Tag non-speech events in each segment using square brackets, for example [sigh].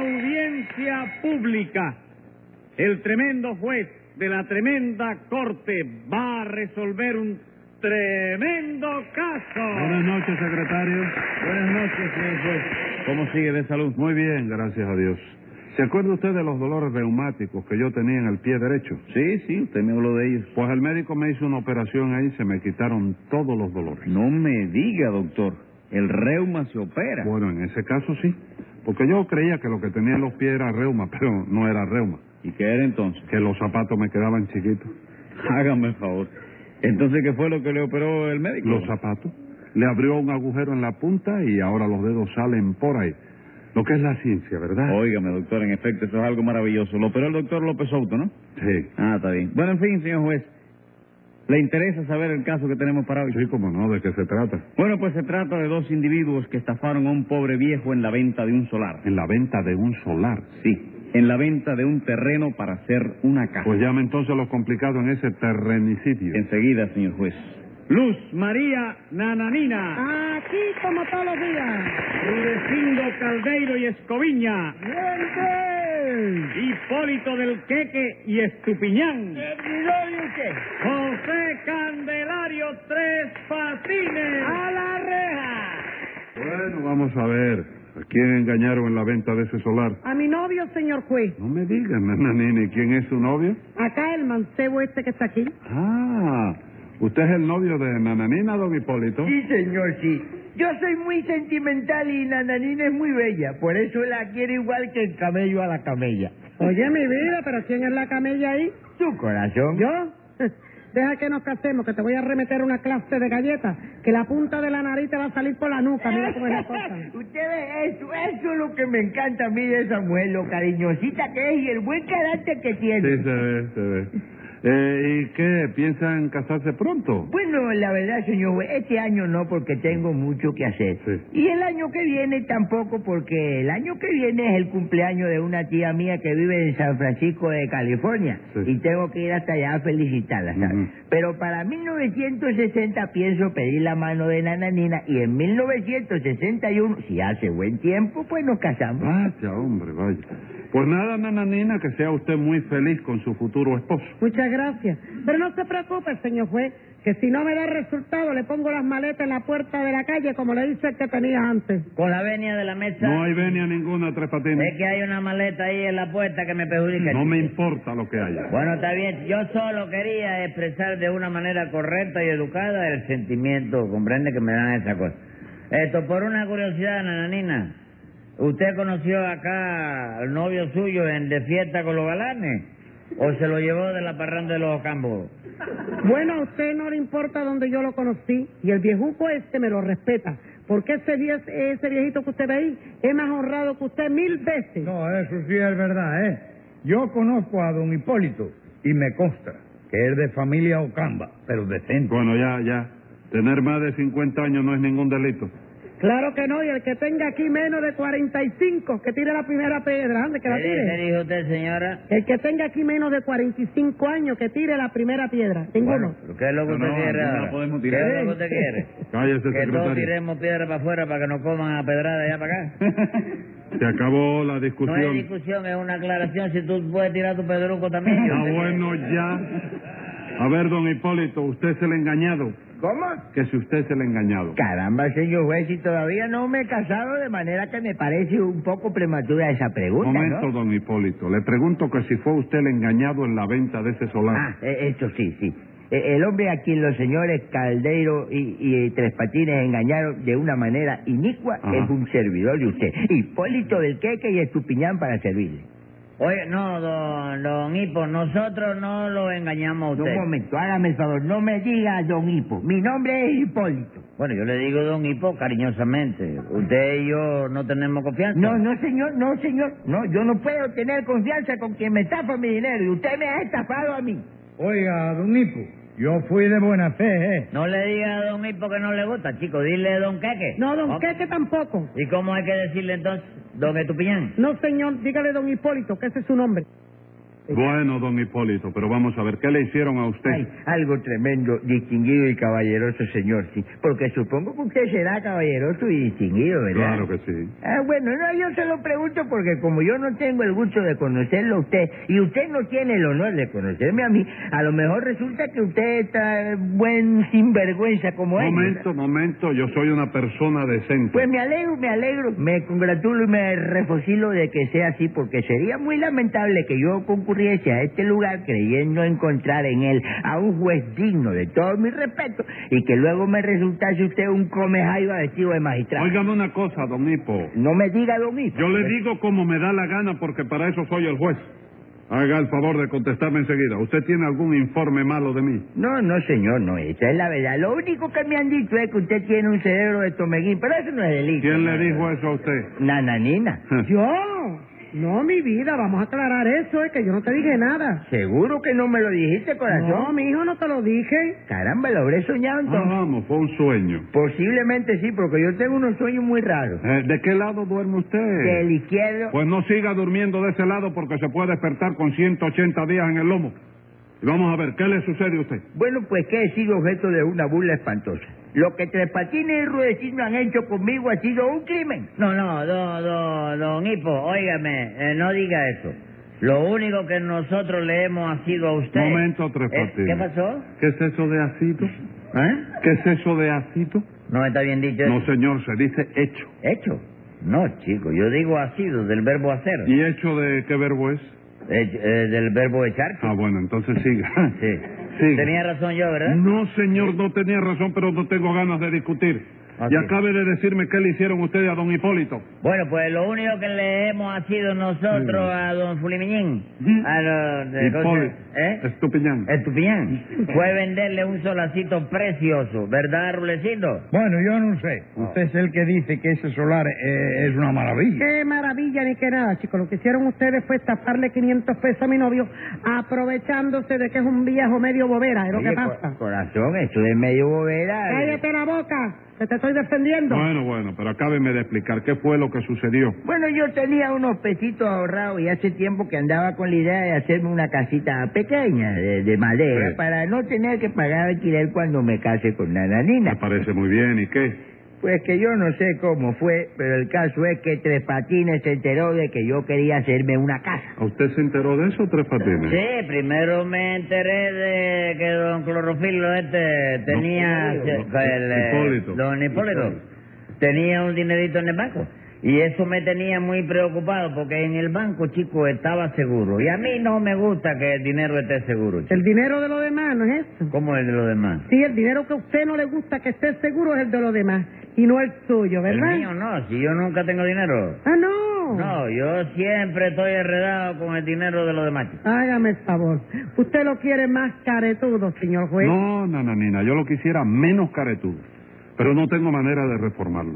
audiencia pública. El tremendo juez de la tremenda corte va a resolver un tremendo caso. Buenas noches, secretario. Buenas noches, señor juez. ¿Cómo sigue de salud? Muy bien, gracias a Dios. ¿Se acuerda usted de los dolores reumáticos que yo tenía en el pie derecho? Sí, sí, usted me habló de ellos. Pues el médico me hizo una operación ahí y se me quitaron todos los dolores. No me diga, doctor. El reuma se opera. Bueno, en ese caso sí. Porque yo creía que lo que tenía en los pies era reuma, [laughs] pero no era reuma. ¿Y qué era entonces? [laughs] Que los zapatos me quedaban chiquitos. Hágame el favor. Entonces, ¿qué fue lo que le operó el médico? Los zapatos. Le abrió un agujero en la punta y ahora los dedos salen por ahí. Lo que es la ciencia, ¿verdad? Óigame, doctor, en efecto, eso es algo maravilloso. Lo operó el doctor López Soto, ¿no? Sí. Ah, está bien. Bueno, en fin, señor juez. ¿Le interesa saber el caso que tenemos para hoy? Sí, cómo no, ¿de qué se trata? Bueno, pues se trata de dos individuos que estafaron a un pobre viejo en la venta de un solar. En la venta de un solar. Sí, en la venta de un terreno para hacer una casa. Pues llame entonces lo complicado en ese terrenicidio. Enseguida, señor juez. Luz María Nananina, Aquí como todos los días. Rudecindo Caldeiro y Escoviña, ¡Gente! Hipólito del Queque y Estupiñán, usted! José Candelario Tres Patines. ¡A la reja! Bueno, vamos a ver. ¿A quién engañaron en la venta de ese solar? A mi novio, señor juez. No me digan, [laughs] nananini, ¿quién es su novio? Acá el mancebo este que está aquí. Ah, usted es el novio de Nananina, don Hipólito. Sí, señor, sí. Yo soy muy sentimental y Nananina es muy bella. Por eso la quiero igual que el camello a la camella. Oye, mi vida, ¿pero quién es la camella ahí? Su corazón. ¿Yo? [laughs] Deja que nos casemos, que te voy a remeter una clase de galletas, que la punta de la nariz te va a salir por la nuca. Mira cómo es la [laughs] cosa. Ustedes, eso, eso es lo que me encanta a mí de Samuel, lo cariñosita que es y el buen carácter que tiene. Sí, se ve, se ve. Eh, ¿Y qué? ¿Piensan casarse pronto? Bueno, la verdad, señor, juez, este año no porque tengo mucho que hacer. Sí. Y el año que viene tampoco porque el año que viene es el cumpleaños de una tía mía que vive en San Francisco de California Sí. y tengo que ir hasta allá a felicitarla, ¿sabes? Ujú. Pero para 1960 pienso pedir la mano de Nananina y en 1961, si hace buen tiempo, pues nos casamos. Vaya, hombre, vaya. Pues nada, nananina, que sea usted muy feliz con su futuro esposo. Muchas gracias. Pero no se preocupe, señor juez, que si no me da resultado, le pongo las maletas en la puerta de la calle, como le hice el que tenía antes. Con la venia de la mesa. No hay venia ninguna, Tres Es Patines. que hay una maleta ahí en la puerta que me perjudica. No chico. me importa lo que haya. Bueno, está bien. Yo solo quería expresar de una manera correcta y educada el sentimiento, comprende, que me dan esa cosa. Esto, por una curiosidad, nananina. ¿Usted conoció acá al novio suyo en De Fiesta con los Galanes? ¿O se lo llevó de la parranda de los Ocampos? Bueno, a usted no le importa donde yo lo conocí y el viejuco este me lo respeta. Porque ese, vie- ese viejito que usted ve ahí es más honrado que usted mil veces. No, eso sí es verdad, ¿eh? Yo conozco a don Hipólito y me consta que es de familia Ocamba, pero decente. Bueno, ya, ya. Tener más de 50 años no es ningún delito. Claro que no, y el que tenga aquí menos de 45, que tire la primera piedra, ande, que ¿Qué la dice, tire. dijo usted, señora? El que tenga aquí menos de 45 años, que tire la primera piedra. Ninguno. ¿Pero ¿Qué es lo que No, usted no, quiere no la ahora? podemos ¿Qué tirar. ¿Eh? es lo que [laughs] usted quiere? Cállese, que todos secretario. tiremos piedra para afuera para que nos coman a pedrada allá para acá. [laughs] Se acabó la No es discusión. discusión, es una aclaración. Si tú puedes tirar tu pedruco también. yo Ah, te- bueno, ya. A ver, don Hipólito, usted es el engañado. [laughs] ¿Cómo? Que si usted es el engañado. Caramba, señor juez, y todavía no me he casado, de manera que me parece un poco prematura esa pregunta, Momento, ¿no? don Hipólito. Le pregunto que si fue usted el engañado en la venta de ese Ah, solar. e- eso sí, sí. E- El hombre a quien los señores Caldeiro y, y Tres Patines engañaron de una manera inicua Ajá. es un servidor de usted, Hipólito del Queque y Estupiñán para servirle. Oye, no, don, don Hipo, nosotros no lo engañamos a usted. Un momento, hágame el favor, no me diga don Hipo, mi nombre es Hipólito. Bueno, yo le digo don Hipo cariñosamente. Usted y yo no tenemos confianza. No, no, señor, no, señor, no, yo no puedo tener confianza con quien me estafa mi dinero y usted me ha estafado a mí. Oiga, don Hipo, yo fui de buena fe, ¿eh? No le diga a don Hipo que no le gusta, chico. Dile don Queque. No, don Oh, Queque tampoco. ¿Y cómo hay que decirle entonces, don Estupiñán? No, señor, dígale don Hipólito, que ese es su nombre. Bueno, don Hipólito, pero vamos a ver, ¿qué le hicieron a usted? Ay, algo tremendo, distinguido y caballeroso, señor, sí. Porque supongo que usted será caballeroso y distinguido, ¿verdad? claro que sí. Ah, bueno, no, yo se lo pregunto porque como yo no tengo el gusto de conocerlo a usted y usted no tiene el honor de conocerme a mí, a lo mejor resulta que usted está buen sinvergüenza como él. Momento, momento, yo soy una persona decente. Pues me alegro, me alegro, me congratulo y me refocilo de que sea así, porque sería muy lamentable que yo concurriese a este lugar creyendo encontrar en él a un juez digno de todo mi respeto y que luego me resultase usted un comejaiba vestido de magistrado. Óigame una cosa, don Hipo. No me diga lo mismo. Yo le digo como me da la gana porque para eso soy el juez. Haga el favor de contestarme enseguida. ¿Usted tiene algún informe malo de mí? No, no, señor, no, esa es la verdad. Lo único que me han dicho es que usted tiene un cerebro de tomeguín, pero eso no es delito. ¿Quién le señor. dijo eso a usted? Nananina. ¿Yo? No, mi vida, vamos a aclarar eso, es que yo no te dije nada. Seguro que no me lo dijiste, corazón. No, mi hijo, no te lo dije. Caramba, lo habré [laughs] soñado Ah, entonces. vamos, fue un sueño. Posiblemente sí, porque yo tengo unos sueños muy raros. Ah. Eh, ¿De qué lado duerme Del usted? izquierdo. Pues no siga durmiendo de ese lado porque se puede despertar con 180 días en el lomo. Y vamos a ver, ¿qué le sucede a usted? Bueno, pues que he sido objeto de una burla espantosa. Lo que Tres Patines y Rudecindo han hecho conmigo ha sido un crimen. No, no, don, don, don Hipo, óigame, eh, no diga eso. Lo único que nosotros le hemos sido a usted... Momento, Tres Eh, Patines. ¿Qué pasó? ¿Qué es eso de acito? [laughs] ¿Eh? ¿Qué es eso de acito? ¿No me está bien dicho eso? No, señor, se dice e. hecho. ¿Hecho? No, chico, yo digo ha sido, del verbo hacer. ¿Y hecho de qué verbo [laughs] es? Eh, eh, del verbo echar. Ah, bueno, entonces siga. [laughs] Sí. Sí. Tenía razón yo, ¿verdad? No, señor, no tenía razón, pero no tengo ganas de discutir. Ah, y sí. acabe de decirme qué le hicieron ustedes a don Hipólito. Bueno, pues lo único que le hemos ha sido nosotros a don Fulimiñín, Mm. a don... de- Hipólito. ¿Eh? Estupiñán. Estupiñán. [laughs] Fue venderle un solacito precioso, ¿verdad, Rulecindo? Bueno, yo no sé. Ah. Usted es el que dice que ese solar eh, es una maravilla. Qué maravilla ni qué nada, chicos. Lo que hicieron ustedes fue estafarle 500 pesos a mi novio, aprovechándose de que es un viejo medio bobera, es lo que Oye, pues, co- pasa. Corazón, eso de medio bobera. Cállate la boca, que te estoy defendiendo. Bueno, bueno, pero acábeme de explicar qué fue lo que sucedió. Bueno, yo tenía unos pesitos ahorrados y hace tiempo que andaba con la idea de hacerme una casita pequeña de, de madera Sí. para no tener que pagar alquiler cuando me case con Me Nananina. parece muy bien, ¿y qué? Pues que yo no sé cómo fue, pero el caso es que Tres Patines se enteró de que yo quería hacerme una casa. ¿A usted se enteró de eso, Tres Patines? Sí, primero me enteré de que don Clorofilo este tenía... No, que- no, que el, eh, Hipólito. Don Hipólito. Hipólito. Tenía un dinerito en el banco. Y eso me tenía muy preocupado porque en el banco, chico, estaba seguro. Y a mí no me gusta que el dinero esté seguro, chico. El dinero de los demás, ¿no es eso? ¿Cómo es de lo demás? Sí, el dinero que a usted no le gusta que esté seguro es el de los demás y no el suyo, ¿verdad? El mío no, si yo nunca tengo dinero. Ah, no. No, yo siempre estoy enredado con el dinero de los demás. chico. Hágame el favor. Usted lo quiere más caretudo, señor juez. No, nananina, yo lo quisiera menos caretudo, pero no tengo manera de reformarlo.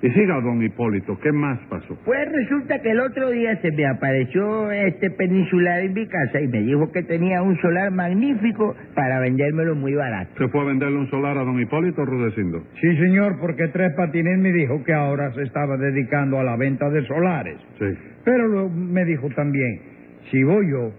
Y siga, don Hipólito, ¿qué más pasó? Pues resulta que el otro día se me apareció este peninsular en mi casa y me dijo que tenía un solar magnífico para vendérmelo muy barato. ¿Se fue a venderle un solar a don Hipólito, Rudecindo? Sí, señor, porque Tres Patines me dijo que ahora se estaba dedicando a la venta de solares. Sí. Pero lo- me dijo también, si voy yo,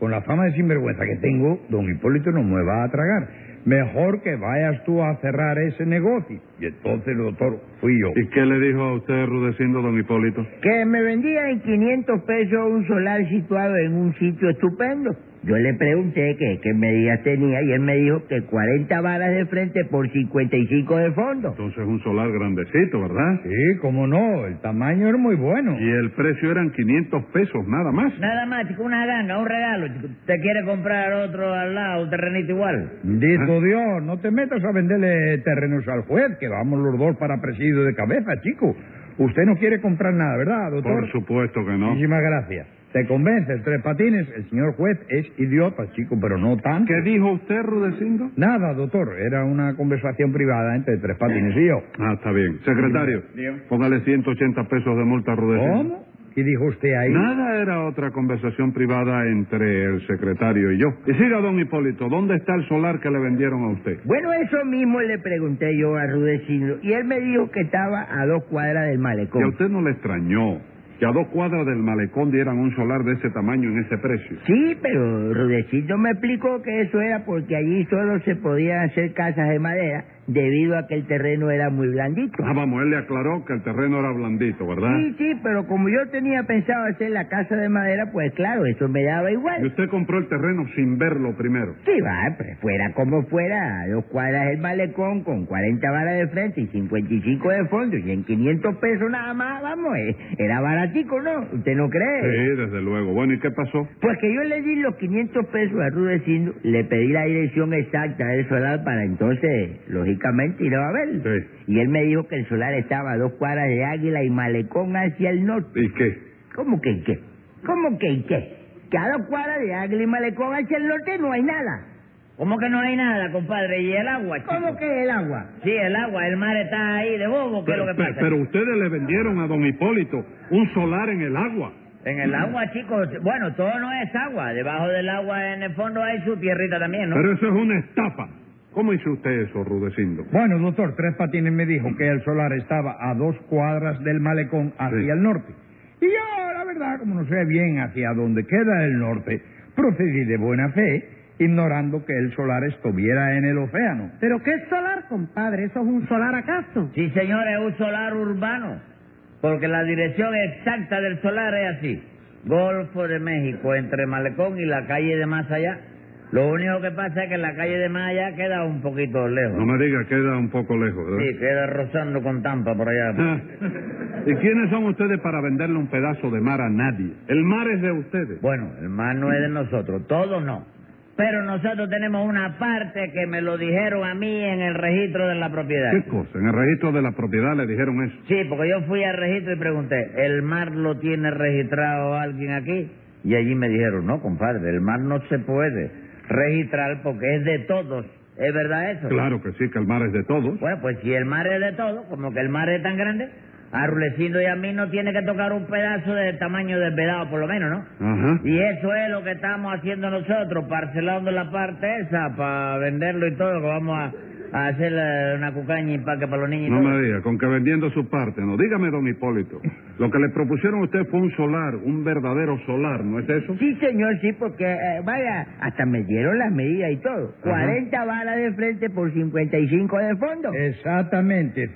con la fama de sinvergüenza que tengo, don Hipólito no me va a tragar. Mejor que vayas tú a cerrar ese negocio. Y entonces, doctor, fui yo. ¿Y qué le dijo a usted, Rudecindo, don Hipólito? Que me vendía en 500 pesos un solar situado en un sitio estupendo. Yo le pregunté que- qué medidas tenía y él me dijo que 40 varas de frente por 55 de fondo. Entonces un solar grandecito, ¿verdad? Sí, cómo no, el tamaño era muy bueno. Y el precio eran 500 pesos nada más. Nada más, chico, una gana, un regalo. Chico. ¿Te quiere comprar otro al lado, un terrenito igual? Ah. Bendito Dios, no te metas a venderle terrenos al juez, que vamos los dos para presidio de cabeza, chico. Usted no quiere comprar nada, ¿verdad, doctor? Por supuesto que no. Muchísimas gracias. Te convences, Tres Patines, el señor juez es idiota, chico, pero no tanto. ¿Qué dijo usted, Rudecindo? Nada, doctor, era una conversación privada entre Tres Patines y yo. Ah, está bien. Secretario, póngale 180 pesos de multa a Rudecindo. ¿Cómo? ¿Qué dijo usted ahí? Nada era otra conversación privada entre el secretario y yo. Y siga, don Hipólito, ¿dónde está el solar que le vendieron a usted? Bueno, eso mismo le pregunté yo a Rudecindo y él me dijo que estaba a dos cuadras del Y a malecón. usted no le extrañó que a dos cuadras del malecón dieran un solar de ese tamaño en ese precio. Sí, pero Rudecito me explicó que eso era porque allí solo se podían hacer casas de madera debido a que el terreno era muy blandito. Ah, vamos, él le aclaró que el terreno era blandito, ¿verdad? Sí, sí, pero como yo tenía pensado hacer la casa de madera, pues claro, eso me daba Y igual. usted compró el terreno sin verlo primero. Sí, va, pues fuera como fuera, a dos cuadras el malecón con 40 varas de frente y 55 de fondo y en 500 pesos nada más, vamos, eh, era baratico, ¿no? ¿Usted no cree? Sí, desde luego. Bueno, ¿y qué pasó? Pues que yo le di los 500 pesos a Rudecindo, le pedí la dirección exacta del solar para entonces, lógicamente, ir a verlo. Sí. Y él me dijo que el solar estaba a dos cuadras de Águila y Malecón hacia el norte. ¿Y qué? ¿Cómo que y qué? ¿Cómo que y qué? Que a dos cuadras de Águila y Malecón hacia el norte no hay nada. ¿Cómo que no hay nada, compadre? ¿Y el agua, chico? ¿Cómo que el agua? Sí, el agua, el mar está ahí de bobo, ¿qué es lo que pe- pasa? pero ustedes le vendieron a don Hipólito un solar en el agua. En el agua, chicos, bueno, todo no es agua. Debajo del agua, en el fondo, hay su tierrita también, ¿no? Pero eso es una estafa. ¿Cómo hizo usted eso, Rudecindo? Bueno, doctor, Tres Patines me dijo que el solar estaba a dos cuadras del malecón hacia Sí. el norte. Y yo, la verdad, como no sé bien hacia dónde queda el norte, procedí de buena fe, ignorando que el solar estuviera en el océano. ¿Pero qué es solar, compadre? ¿Eso es un solar acaso? Sí, señor, es un solar urbano. Porque la dirección exacta del solar es así. Golfo de México, entre Malecón y la calle de más allá. Lo único que pasa es que la calle de más allá queda un poquito lejos. No me diga, queda un poco lejos, ¿verdad? Sí, queda rozando con Tampa por allá. Ah, [laughs] ¿Y quiénes son ustedes para venderle un pedazo de mar a nadie? El mar es de ustedes. Bueno, el mar no es de nosotros, todo no. Pero nosotros tenemos una parte que me lo dijeron a mí en el registro de la propiedad. ¿Qué cosa? En el registro de la propiedad le dijeron eso. Sí, porque yo fui al registro y pregunté, ¿el mar lo tiene registrado alguien aquí? Y allí me dijeron, no, compadre, el mar no se puede registrar porque es de todos. ¿Es verdad eso? Claro que sí, que el mar es de todos. Bueno, pues si el mar es de todos, como que el mar es tan grande, a Rulecindo y a mí no tiene que tocar un pedazo del tamaño del vedado, por lo menos, ¿no? Ajá. Y eso es lo que estamos haciendo nosotros, parcelando la parte esa para venderlo y todo, que vamos a, a hacer eh, una cucaña y para que para los niños. y No todo. me diga, con que vendiendo su parte, no. Dígame, don Hipólito, lo que le propusieron a usted fue un solar, un verdadero solar, ¿no es eso? Sí, señor, sí, porque, eh, vaya, hasta me dieron las medidas y todo. Ajá. 40 varas de frente por 55 de fondo. Eh, Exactamente,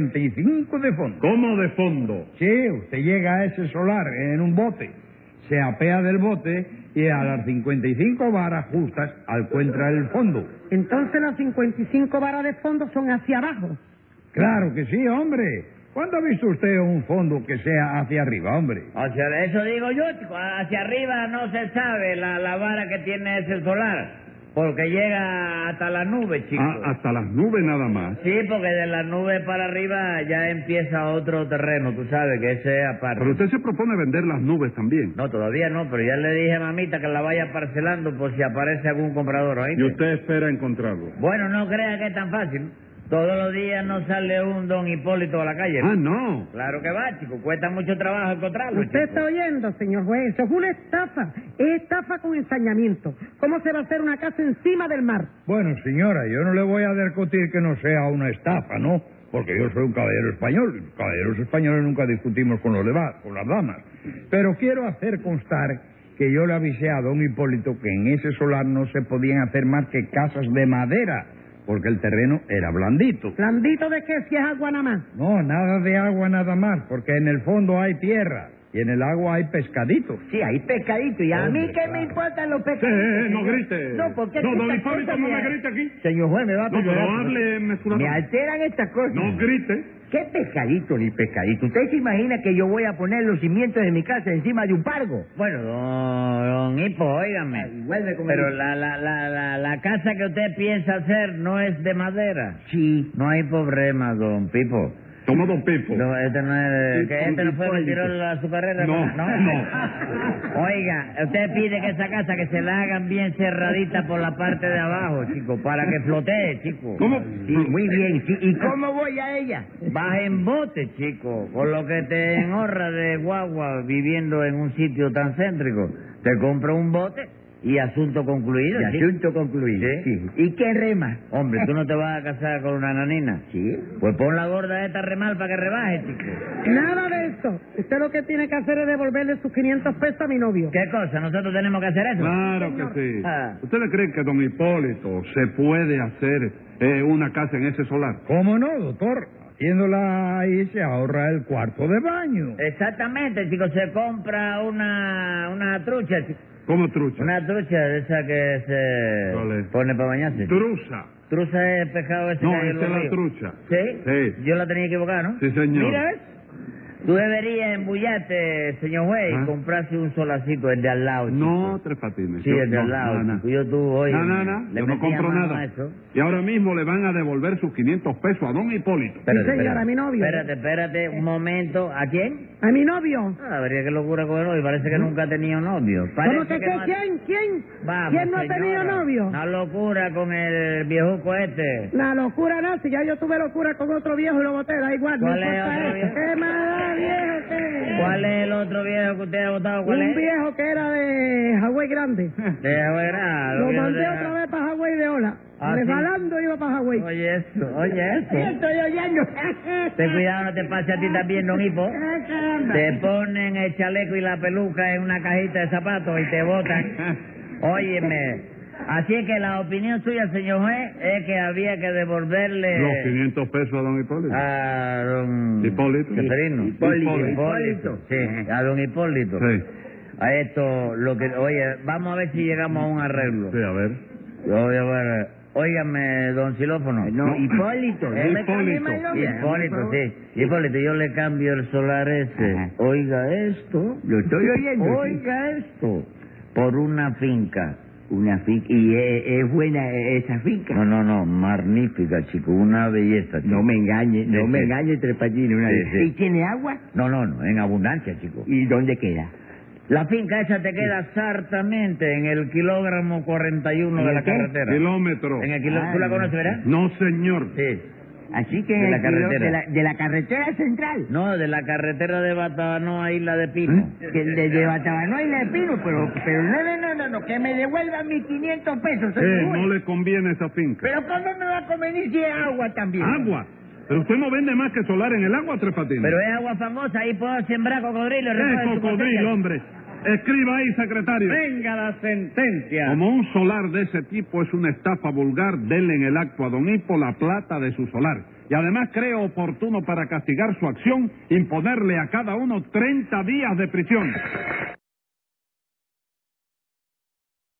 55 de fondo. ¿Cómo de fondo? Sí, usted llega a ese solar en un bote, se apea del bote y a las 55 varas justas encuentra el fondo. Entonces las 55 varas de fondo son hacia abajo. Claro que sí, hombre. ¿Cuándo ha visto usted un fondo que sea hacia arriba, hombre? Hacia- eso digo yo, chico. Hacia arriba no se sabe la, la vara que tiene ese solar, porque llega hasta la nube, chico. Ah, hasta las nubes nada más. Sí, porque de la nube para arriba ya empieza otro terreno, tú sabes, que ese es aparte. Pero usted se propone vender las nubes también. No, todavía no, pero ya le dije a mamita que la vaya parcelando por si aparece algún comprador, ¿oíste? Y usted espera encontrarlo. Bueno, no crea que es tan fácil. Todos los días no sale un don Hipólito a la calle. Ah, no. Claro que va, chico. Cuesta mucho trabajo encontrarlo. Usted chico. está oyendo, señor juez, eso es una estafa, es estafa con ensañamiento. ¿Cómo se va a hacer una casa encima del mar? Bueno, señora, yo no le voy a discutir que no sea una estafa, ¿no? Porque yo soy un caballero español. y Los caballeros españoles nunca discutimos con los demás, con las damas. Pero quiero hacer constar que yo le avisé a don Hipólito que en ese solar no se podían hacer más que casas de madera, porque el terreno era blandito. Blandito de qué si es agua nada más. No, nada de agua nada más, porque en el fondo hay tierra y en el agua hay pescaditos. Sí, hay pescadito. ¿Y a mí qué me importan los Eh, pescaditos? eh, eh, no señor? grite. No, porque... No, don estas Hipólito, cosas no me grite aquí. Señor juez, me va a No, pero perdonar. hable Me mesuradamente. alteran estas cosas. No grite. ¿Qué pescadito ni pescadito? ¿Usted se imagina que yo voy a poner los cimientos de mi casa encima de un pargo? Bueno, don, don Hipo, óigame. Pero la, la, la, la, la casa que usted piensa hacer no es de madera. Sí. No hay problema, don Pipo. Toma don Pipo. [laughs] No, este no es... Sí, que ¿Este don no fue el que Hipólito. tiró la azucarera? No, no. [laughs] Oiga, usted pide que esa casa que se la hagan bien cerradita por la parte de abajo, chico, para que flotee, chico. ¿Cómo? Sí, muy bien. Sí. ¿Y cómo voy a ella? Vas en bote, chico, con lo que te enhorra de guagua viviendo en un sitio tan céntrico. Te compro un bote Y asunto concluido. Y chico. asunto concluido. Sí. sí. ¿Y qué rema? Hombre, ¿tú no te vas a casar con una nanina? Sí. Pues pon la gorda esta remal para que rebaje, chico. Nada de eso. Usted lo que tiene que hacer es devolverle sus 500 pesos a mi novio. ¿Qué cosa? ¿Nosotros tenemos que hacer eso? Claro que sí. Ah. ¿Ustedes creen que don Hipólito se puede hacer eh, una casa en ese solar? ¿Cómo no, doctor? Haciéndola ahí se ahorra el cuarto de baño. Exactamente, chico. Se compra una, una trucha, chico. ¿Cómo trucha? Una trucha de esa que se ¿Cuál es? pone para bañarse. Truza. trucha es pescado ese No, que hay esa Este en es los la ríos. trucha. ¿Sí? Sí. Yo la tenía equivocada, ¿no? Sí, señor. Mira, ¿ves? tú deberías embullarte, señor juez, ¿Ah? y comprarse un solacico, el de al lado. chico. No, tres patines. Sí, Yo- el de al no, lado. no, no. chico. Yo tú hoy. No, no, no, le yo no metí compro mano nada. a eso. Y ahora mismo le van a devolver sus 500 pesos a don Hipólito. Sí, señora, a mi novio. Espérate, espérate, un momento. ¿A quién? A mi novio. Ah, habría que locura con el novio. Parece que nunca ha tenido novio. Parece ¿Cómo que, qué? no ha- quién? ¿Quién? Vamos, ¿Quién no ha señora. tenido novio? Una locura con el viejuco este. La locura no, si ya yo tuve locura con otro viejo y lo boté, da igual, no ¿Cuál es importa otro eso. viejo? ¿Qué más da, viejo? qué? ¿Cuál es el otro viejo que usted ha votado? ¿Cuál Un es? viejo que era de Hawái Grande. [laughs] De Aguera, los Lo viejos mandé de- otra vez para Hawái de ola. Ah, ¿sí? Resbalando iba para Hawái. Oye eso, [laughs] oye eso. Estoy oyendo. Ten cuidado, no te pase a ti también, don [laughs] Hipo. Te ponen el chaleco y la peluca en una cajita de zapatos y te botan. Óyeme, así es que la opinión suya, señor juez, es que había que devolverle... Los 500 pesos a don Hipólito. Ah. A don... Hipólito. Caterino. Hipólito. Hipólito. Sí, a don Hipólito. Sí, A esto, lo que... Oye, vamos a ver si llegamos a un arreglo. sí, a ver. Oye, bueno, Óigame, don Silófono. No, Hipólito. Eh, no me cambie más Hipólito. el nombre, por Hipólito, favor. sí. Hipólito, yo le cambio el solar ese. Ajá. Oiga esto. Lo estoy oyendo, este. sí. Oiga esto. Por una finca. Una finca. ¿Y es, es buena esa finca? No, no, no. Magnífica, chico. Una belleza, chico. Este, No me engañe, no Sí, me sí. engañe, Tres Patines. una Sí, vez. sí. ¿Y tiene agua? No, no, no. En abundancia, chico. ¿Y dónde queda? La finca esa te queda exactamente en el kilogramo 41 ¿En de el la qué? carretera. Kilómetro. En el kilómetro. ¿Tú la conoces, verdad? No, señor. Sí. Así que... De la el kilo- carretera. De la, de la carretera central. No, de la carretera de Batanoa a Isla de Pino. Que ¿Eh? de, de Batabano y la de Pino, pero, pero no, no, no, no, no, que me devuelvan mis 500 pesos. Eh, señor. no le conviene esa finca. Pero ¿cómo me va a convenir si es agua también? Agua. Pero usted no vende más que solar en el agua, Tres Patines. Pero es agua famosa, ahí puedo sembrar cocodrilo. es recoger su cocodrilo, costilla. hombre. Escriba ahí, secretario. Venga la sentencia. Como un solar de ese tipo es una estafa vulgar, denle en el acto a Don Hipo la plata de su solar. Y además creo oportuno para castigar su acción imponerle a cada uno 30 días de prisión.